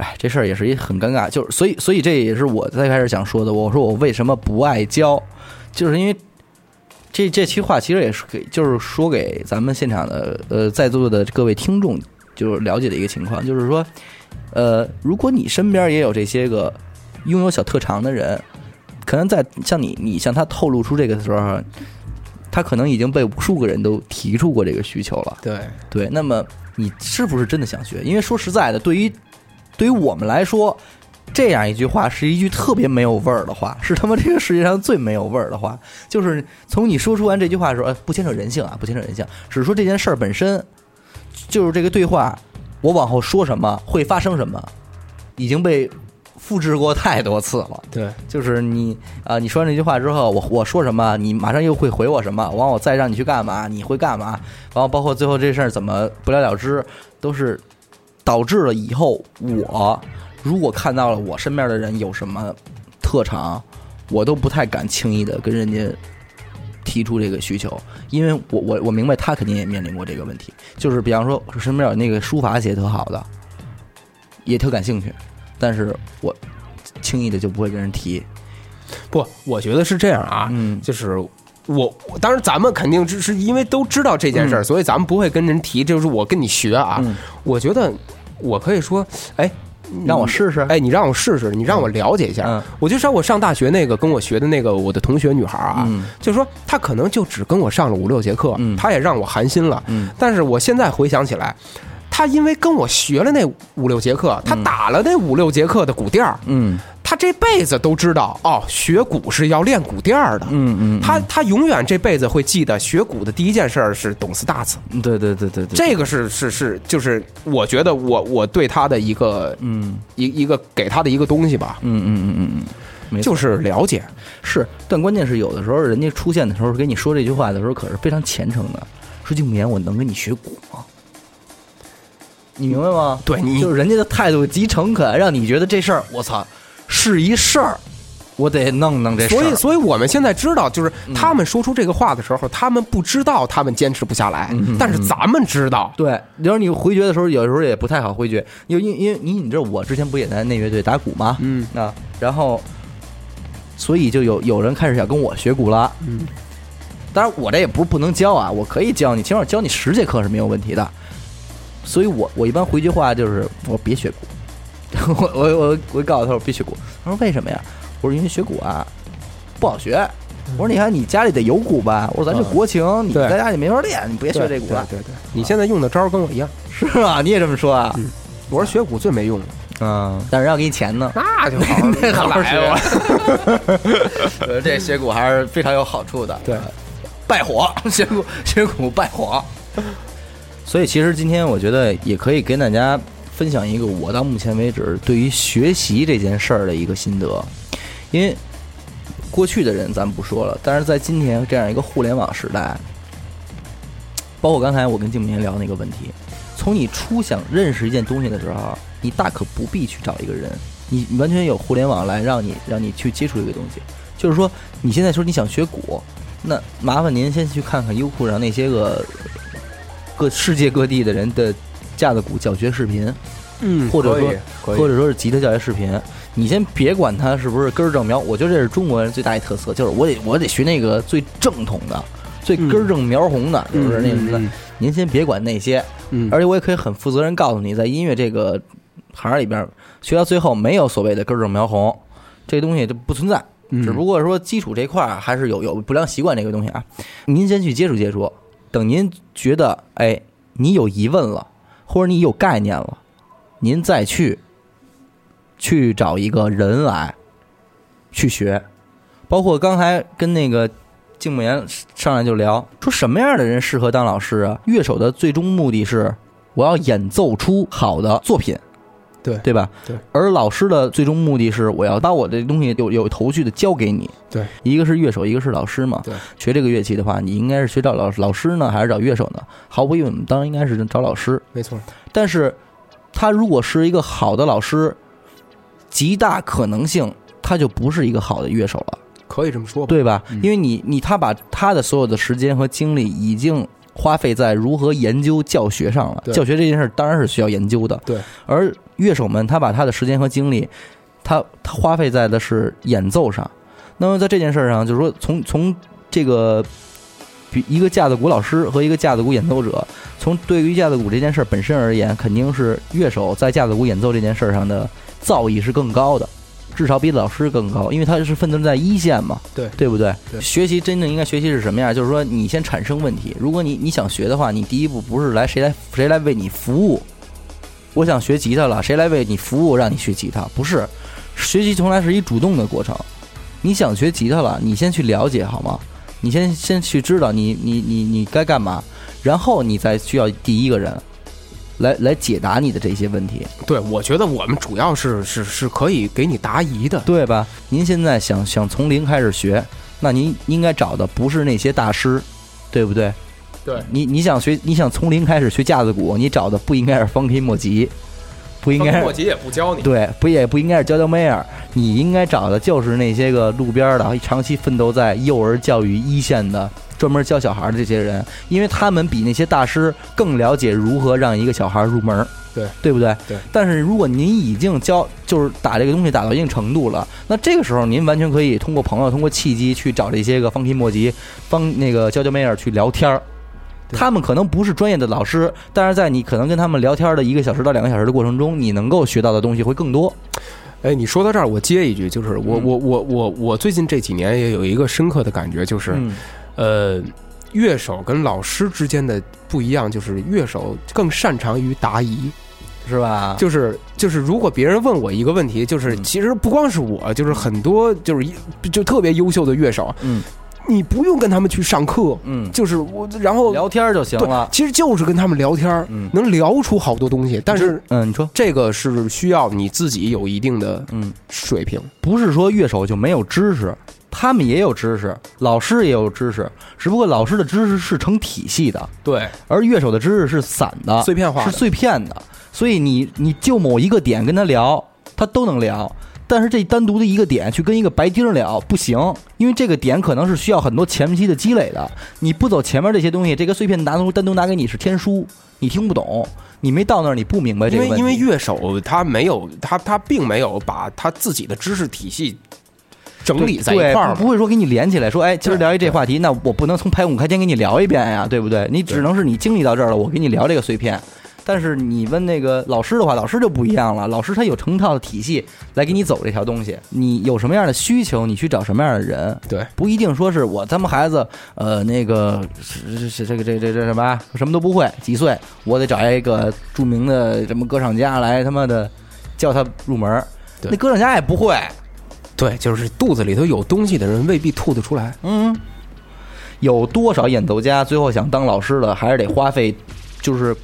S1: 哎，这事儿也是一很尴尬，就是所以所以这也是我最开始想说的，我说我为什么不爱教，就是因为这这期话其实也是给就是说给咱们现场的呃在座的各位听众就是了解的一个情况，就是说，呃，如果你身边也有这些个拥有小特长的人，可能在像你你向他透露出这个的时候，他可能已经被无数个人都提出过这个需求了。
S2: 对，
S1: 对，那么你是不是真的想学？因为说实在的，对于对于我们来说，这样一句话是一句特别没有味儿的话，是他妈这个世界上最没有味儿的话。就是从你说出完这句话的时候，哎，不牵扯人性啊，不牵扯人性，只是说这件事儿本身，就是这个对话，我往后说什么会发生什么，已经被复制过太多次了。
S2: 对，
S1: 就是你啊、你说完这句话之后，我我说什么，你马上又会回我什么，完我再让你去干嘛，你会干嘛，然后包括最后这事儿怎么不了了之，都是导致了以后我如果看到了我身边的人有什么特长，我都不太敢轻易的跟人家提出这个需求，因为我我我明白他肯定也面临过这个问题，就是比方说身边有那个书法写得特好的，也特感兴趣，但是我轻易的就不会跟人提，
S2: 不，我觉得是这样啊，
S1: 嗯
S2: 就是我我当然咱们肯定是是因为都知道这件事儿，所以咱们不会跟人提，就是我跟你学啊。
S1: 嗯
S2: 我觉得我可以说，哎，你
S1: 让我试试
S2: 哎，你让我试试，你让我了解一下。
S1: 嗯
S2: 我就说我上大学那个跟我学的那个我的同学女孩啊，
S1: 嗯
S2: 就说她可能就只跟我上了五六节课，
S1: 嗯
S2: 她也让我寒心了。
S1: 嗯
S2: 但是我现在回想起来。她因为跟我学了那五六节课，她打了那五六节课的鼓垫儿，
S1: 嗯
S2: 他这辈子都知道哦，学鼓是要练鼓垫儿的。
S1: 嗯
S2: 他他永远这辈子会记得学鼓的第一件事儿是懂四大字，
S1: 嗯，对对对对对，
S2: 这个是是是，就是我觉得我我对他的一个
S1: 嗯
S2: 一一个给他的一个东西吧，
S1: 嗯嗯嗯嗯嗯，没错
S2: 就是了解。
S1: 是，但关键是有的时候人家出现的时候跟你说这句话的时候，可是非常虔诚的，说静言，我能跟你学鼓吗？你明白吗？
S2: 对你
S1: 就是人家的态度极诚恳，让你觉得这事儿，我操，是一事儿，我得弄弄这事儿。嗯
S2: 所以，所以我们现在知道，就是他们说出这个话的时候，他们不知道他们坚持不下来，
S1: 嗯
S2: 但是咱们知道。
S1: 对，有时候你回绝的时候，有时候也不太好回绝，因为因为因为你你知道我之前不也在那乐队打鼓吗？
S2: 嗯
S1: 啊，然后，所以就有有人开始想跟我学鼓了。嗯，当然我这也不是不能教啊，我可以教你，起码教你十节课是没有问题的。所以我我一般回句话就是我别学鼓， <laughs> 我我我我告诉他我别学鼓，他说为什么呀？我说因为学鼓啊不好学。我说你看你家里得有鼓吧？我说咱这国情，你
S2: 嗯对
S1: 在家里没法练，你别学这
S2: 对
S1: 鼓了，
S2: 对对对，你现在用的招儿跟我一样。
S1: 是吧？你也这么说啊？
S2: 嗯我说学鼓最没用了，
S1: 嗯，但是要给你钱呢。
S2: <laughs> 那就好
S1: 那好
S2: 来吧。
S1: 呃，这学鼓还是非常有好处的。呃
S2: 对，
S1: 败火， <laughs> 学鼓学鼓败火。所以其实今天我觉得也可以跟大家分享一个我到目前为止对于学习这件事儿的一个心得，因为过去的人咱不说了，但是在今天这样一个互联网时代，包括刚才我跟静明聊那个问题，从你初想认识一件东西的时候，你大可不必去找一个人，你完全有互联网来让你让你去接触这个东西。就是说，你现在说你想学鼓，那麻烦您先去看看优酷上那些个各世界各地的人的架子鼓教学视频，
S2: 嗯，
S1: 或者说
S2: 可以可以
S1: 或者说是吉他教学视频。你先别管它是不是根儿正苗，我觉得这是中国人最大一特色，就是我得我得学那个最正统的、最根儿正苗红的，就是那什么的。
S2: 嗯嗯嗯嗯
S1: 您先别管那些，
S2: 嗯
S1: 而且我也可以很负责任告诉你，在音乐这个行里边，学到最后没有所谓的根正苗红，这东西就不存在。
S2: 嗯
S1: 只不过说基础这块儿啊还是有有不良习惯这个东西啊，您先去接触接触，等您觉得哎你有疑问了，或者你有概念了，您再去去找一个人来去学，包括刚才跟那个静木言上来就聊，说什么样的人适合当老师啊？乐手的最终目的是我要演奏出好的作品，
S2: 对
S1: 对吧？
S2: 对。
S1: 而老师的最终目的是，我要把我这东西有有头绪的教给你。
S2: 对，
S1: 一个是乐手，一个是老师嘛。
S2: 对，
S1: 学这个乐器的话，你应该是学找老老师呢，还是找乐手呢？毫无疑问，我们当然应该是找老师。
S2: 没错，
S1: 但是，他如果是一个好的老师，极大可能性他就不是一个好的乐手了。
S2: 可以这么说吧。
S1: 对吧
S2: 嗯？
S1: 因为你你他把他的所有的时间和精力已经花费在如何研究教学上了。
S2: 对
S1: 教学这件事儿当然是需要研究的。
S2: 对，
S1: 而乐手们他把他的时间和精力，他他花费在的是演奏上。那么在这件事儿上，就是说从从这个。比一个架子鼓老师和一个架子鼓演奏者，从对于架子鼓这件事儿本身而言，肯定是乐手在架子鼓演奏这件事儿上的造诣是更高的，至少比老师更高，因为他是奋斗在一线嘛。对不对？
S2: 对
S1: 学习真正应该学习是什么样？就是说，你先产生问题。如果你你想学的话，你第一步不是来谁来谁来为你服务。我想学吉他了，谁来为你服务，让你学吉他？不是，学习从来是一主动的过程。你想学吉他了，你先去了解好吗？你先先去知道你你你你该干嘛，然后你再需要第一个人来来解答你的这些问题。
S2: 对，我觉得我们主要是是是可以给你答疑的。
S1: 对吧？您现在想想从零开始学，那您应该找的不是那些大师，对不对？
S2: 对，
S1: 你你想学，你想从零开始学架子鼓，你找的不应该是方 u 莫吉，不应该是
S2: 吉也不教你。
S1: 对，不也不应该是娇娇妹儿，你应该找的就是那些个路边儿的长期奋斗在幼儿教育一线的。专门教小孩儿的这些人，因为他们比那些大师更了解如何让一个小孩儿入门儿，
S2: 对
S1: 对不对？
S2: 对。
S1: 但是如果您已经教就是打这个东西打到一定程度了，那这个时候您完全可以通过朋友、通过契机去找这些个方提莫吉、方那个娇娇妹儿去聊天儿。
S2: 对
S1: 他们可能不是专业的老师，但是在你可能跟他们聊天的一个小时到两个小时的过程中，你能够学到的东西会更多。
S2: 哎，你说到这儿，我接一句，就是我
S1: 嗯
S2: 我我我我最近这几年也有一个深刻的感觉，就是
S1: 嗯
S2: 呃，乐手跟老师之间的不一样，就是乐手更擅长于答疑，
S1: 是吧？
S2: 就是就是，如果别人问我一个问题，就是
S1: 嗯
S2: 其实不光是我，就是很多就是一就特别优秀的乐手，
S1: 嗯
S2: 你不用跟他们去上课，
S1: 嗯，
S2: 就是我然后
S1: 聊天儿就行
S2: 对
S1: 了，。
S2: 其实就是跟他们聊天儿，
S1: 嗯
S2: 能聊出好多东西，但是。
S1: 嗯，你说，
S2: 这个是需要你自己有一定的
S1: 嗯，
S2: 水平，
S1: 不是说乐手就没有知识，他们也有知识，老师也有知识，只不过老师的知识是成体系的，
S2: 对，
S1: 而乐手的知识是散的、
S2: 碎片化
S1: 是
S2: 的。
S1: 碎片的，所以你你就某一个点跟他聊，他都能聊。但是这单独的一个点去跟一个白丁儿聊不行，因为这个点可能是需要很多前期的积累的。你不走前面这些东西，这个碎片拿出单独拿给你是天书，你听不懂，你没到那儿你不明白这
S2: 因
S1: 个
S2: 为
S1: 问题。
S2: 因为乐手他没有他他并没有把他自己的知识体系整理在一块儿
S1: 对不
S2: 嘛，
S1: 不会说给你连起来说，哎，今儿聊一这话题，那我不能从排骨开天给你聊一遍呀，对不对？你只能是你经历到这儿了，我给你聊这个碎片。但是你问那个老师的话，老师就不一样了，老师他有成套的体系来给你走这条东西。你有什么样的需求，你去找什么样的人，
S2: 对，
S1: 不一定说是我他妈孩子，呃，那个是是这个这这这什么什么都不会，几岁，我得找一个著名的什么歌唱家来他妈的教他入门儿，
S2: 对
S1: 那歌唱家也不会，
S2: 对，就是肚子里头有东西的人未必吐得出来。
S1: 嗯，有多少演奏家最后想当老师的，还是得花费就是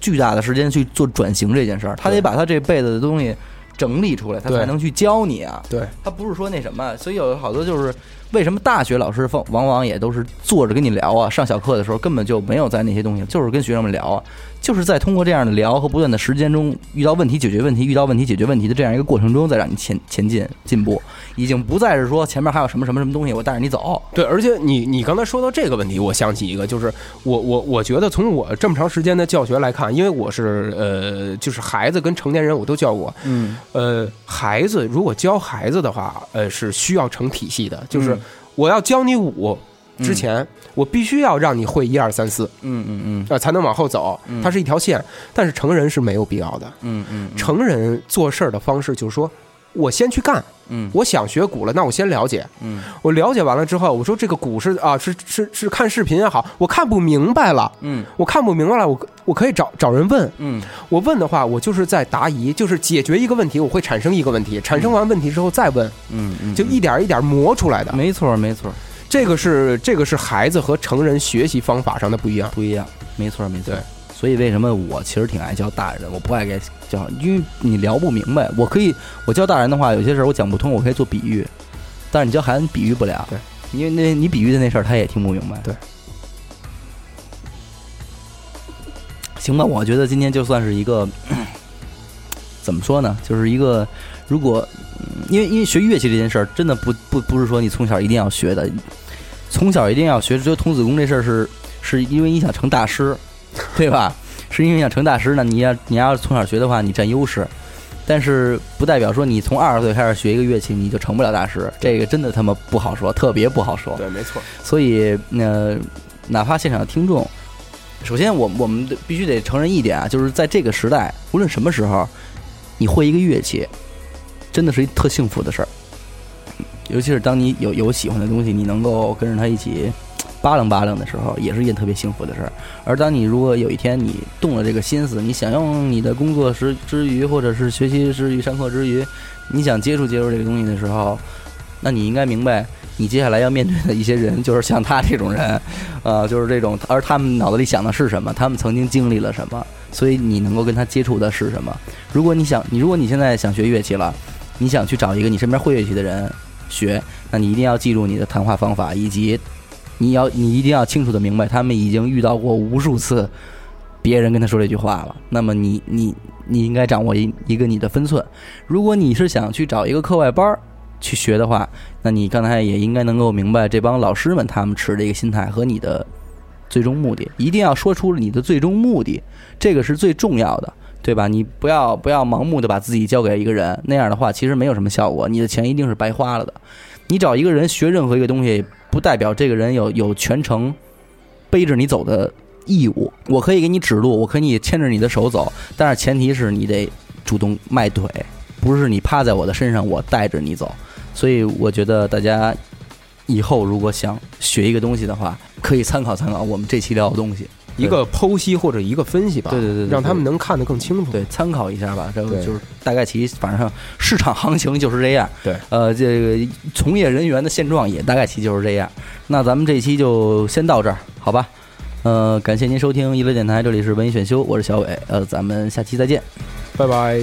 S1: 巨大的时间去做转型这件事儿，他得
S2: 对
S1: 把他这辈子的东西整理出来，他
S2: 对
S1: 才能去教你啊。
S2: 对，
S1: 他不是说那什么，所以有好多就是为什么大学老师往往往也都是坐着跟你聊啊，上小课的时候根本就没有在那些东西，就是跟学生们聊啊，就是在通过这样的聊和不断的时间中，遇到问题解决问题，遇到问题解决问题的这样一个过程中，再让你前前进进步，已经不再是说前面还有什么什么什么东西，我带着你走，
S2: 对，而且你你刚才说到这个问题，我想起一个，就是我我我觉得从我这么长时间的教学来看，因为我是呃，就是孩子跟成年人我都教过，
S1: 嗯，
S2: 呃，孩子如果教孩子的话，呃，是需要成体系的，就是
S1: 嗯
S2: 我要教你舞之
S1: 嗯
S2: 前，我必须要让你会一二三四，
S1: 嗯嗯
S2: 呃，才能往后走，它是一条线，但是成人是没有必要的，
S1: 嗯嗯嗯
S2: 成人做事儿的方式就是说。我先去干，
S1: 嗯
S2: 我想学鼓了，那我先了解，
S1: 嗯
S2: 我了解完了之后，我说这个股是啊，是是是看视频也好，我看不明白了，
S1: 嗯
S2: 我看不明白了，我我可以找找人问。
S1: 嗯
S2: 我问的话，我就是在答疑，就是解决一个问题，我会产生一个问题，产生完问题之后再问，
S1: 嗯嗯，
S2: 就一点一点磨出来的。
S1: 没错没错，
S2: 这个是这个是孩子和成人学习方法上的不一样。
S1: 不一样，没错没错
S2: 对。
S1: 所以为什么我其实挺爱教大人，我不爱给教，因为你聊不明白。我可以，我教大人的话，有些事儿我讲不通，我可以做比喻，但是你教孩子你比喻不了，
S2: 对，
S1: 因为那你比喻的那事儿他也听不明白，
S2: 对。
S1: 行吧，我觉得今天就算是一个， <clears throat> 怎么说呢，就是一个，如果嗯因为因为学乐器这件事儿，真的不不不是说你从小一定要学的，从小一定要学。就童子功这事儿是是因为你想成大师，对吧？是因为你想成大师呢，你要你要是从小学的话，你占优势。但是不代表说你从二十岁开始学一个乐器，你就成不了大师。这个真的他妈不好说，特别不好说。
S2: 对，没错，
S1: 所以呃，哪怕现场的听众，首先我我们得必须得承认一点啊，就是在这个时代，无论什么时候，你会一个乐器，真的是一特幸福的事儿。尤其是当你有有喜欢的东西，你能够跟着他一起扒楞扒楞的时候，也是一件特别幸福的事儿。而当你如果有一天你动了这个心思，你想用你的工作时之余，或者是学习之余、上课之余，你想接触接触这个东西的时候，那你应该明白，你接下来要面对的一些人，就是像他这种人，呃，就是这种，而他们脑子里想的是什么，他们曾经经历了什么，所以你能够跟他接触的是什么。如果你想，你如果你现在想学乐器了，你想去找一个你身边会乐器的人学，那你一定要记住你的谈话方法，以及你要你一定要清楚的明白，他们已经遇到过无数次别人跟他说这句话了。那么你你你应该掌握一一个你的分寸。如果你是想去找一个课外班儿去学的话，那你刚才也应该能够明白这帮老师们他们持的一个心态和你的最终目的，一定要说出你的最终目的，这个是最重要的，对吧？你不要不要盲目的把自己交给一个人，那样的话其实没有什么效果，你的钱一定是白花了的。你找一个人学任何一个东西，不代表这个人有有全程背着你走的义务。我可以给你指路，我可以牵着你的手走，但是前提是你得主动迈腿，不是你趴在我的身上，我带着你走。所以我觉得大家以后如果想学一个东西的话，可以参考参考我们这期聊的东西，
S2: 一个剖析或者一个分析吧，
S1: 对对对对对
S2: 让他们能看得更清楚。
S1: 对，参考一下吧。这个
S2: 对
S1: 嗯就是大概其反正市场行情就是这样。
S2: 对，
S1: 呃，这个从业人员的现状也大概其就是这样。那咱们这期就先到这儿，好吧？呃，感谢您收听娱乐电台，这里是文艺选修，我是小伟，呃，咱们下期再见。
S2: 拜拜。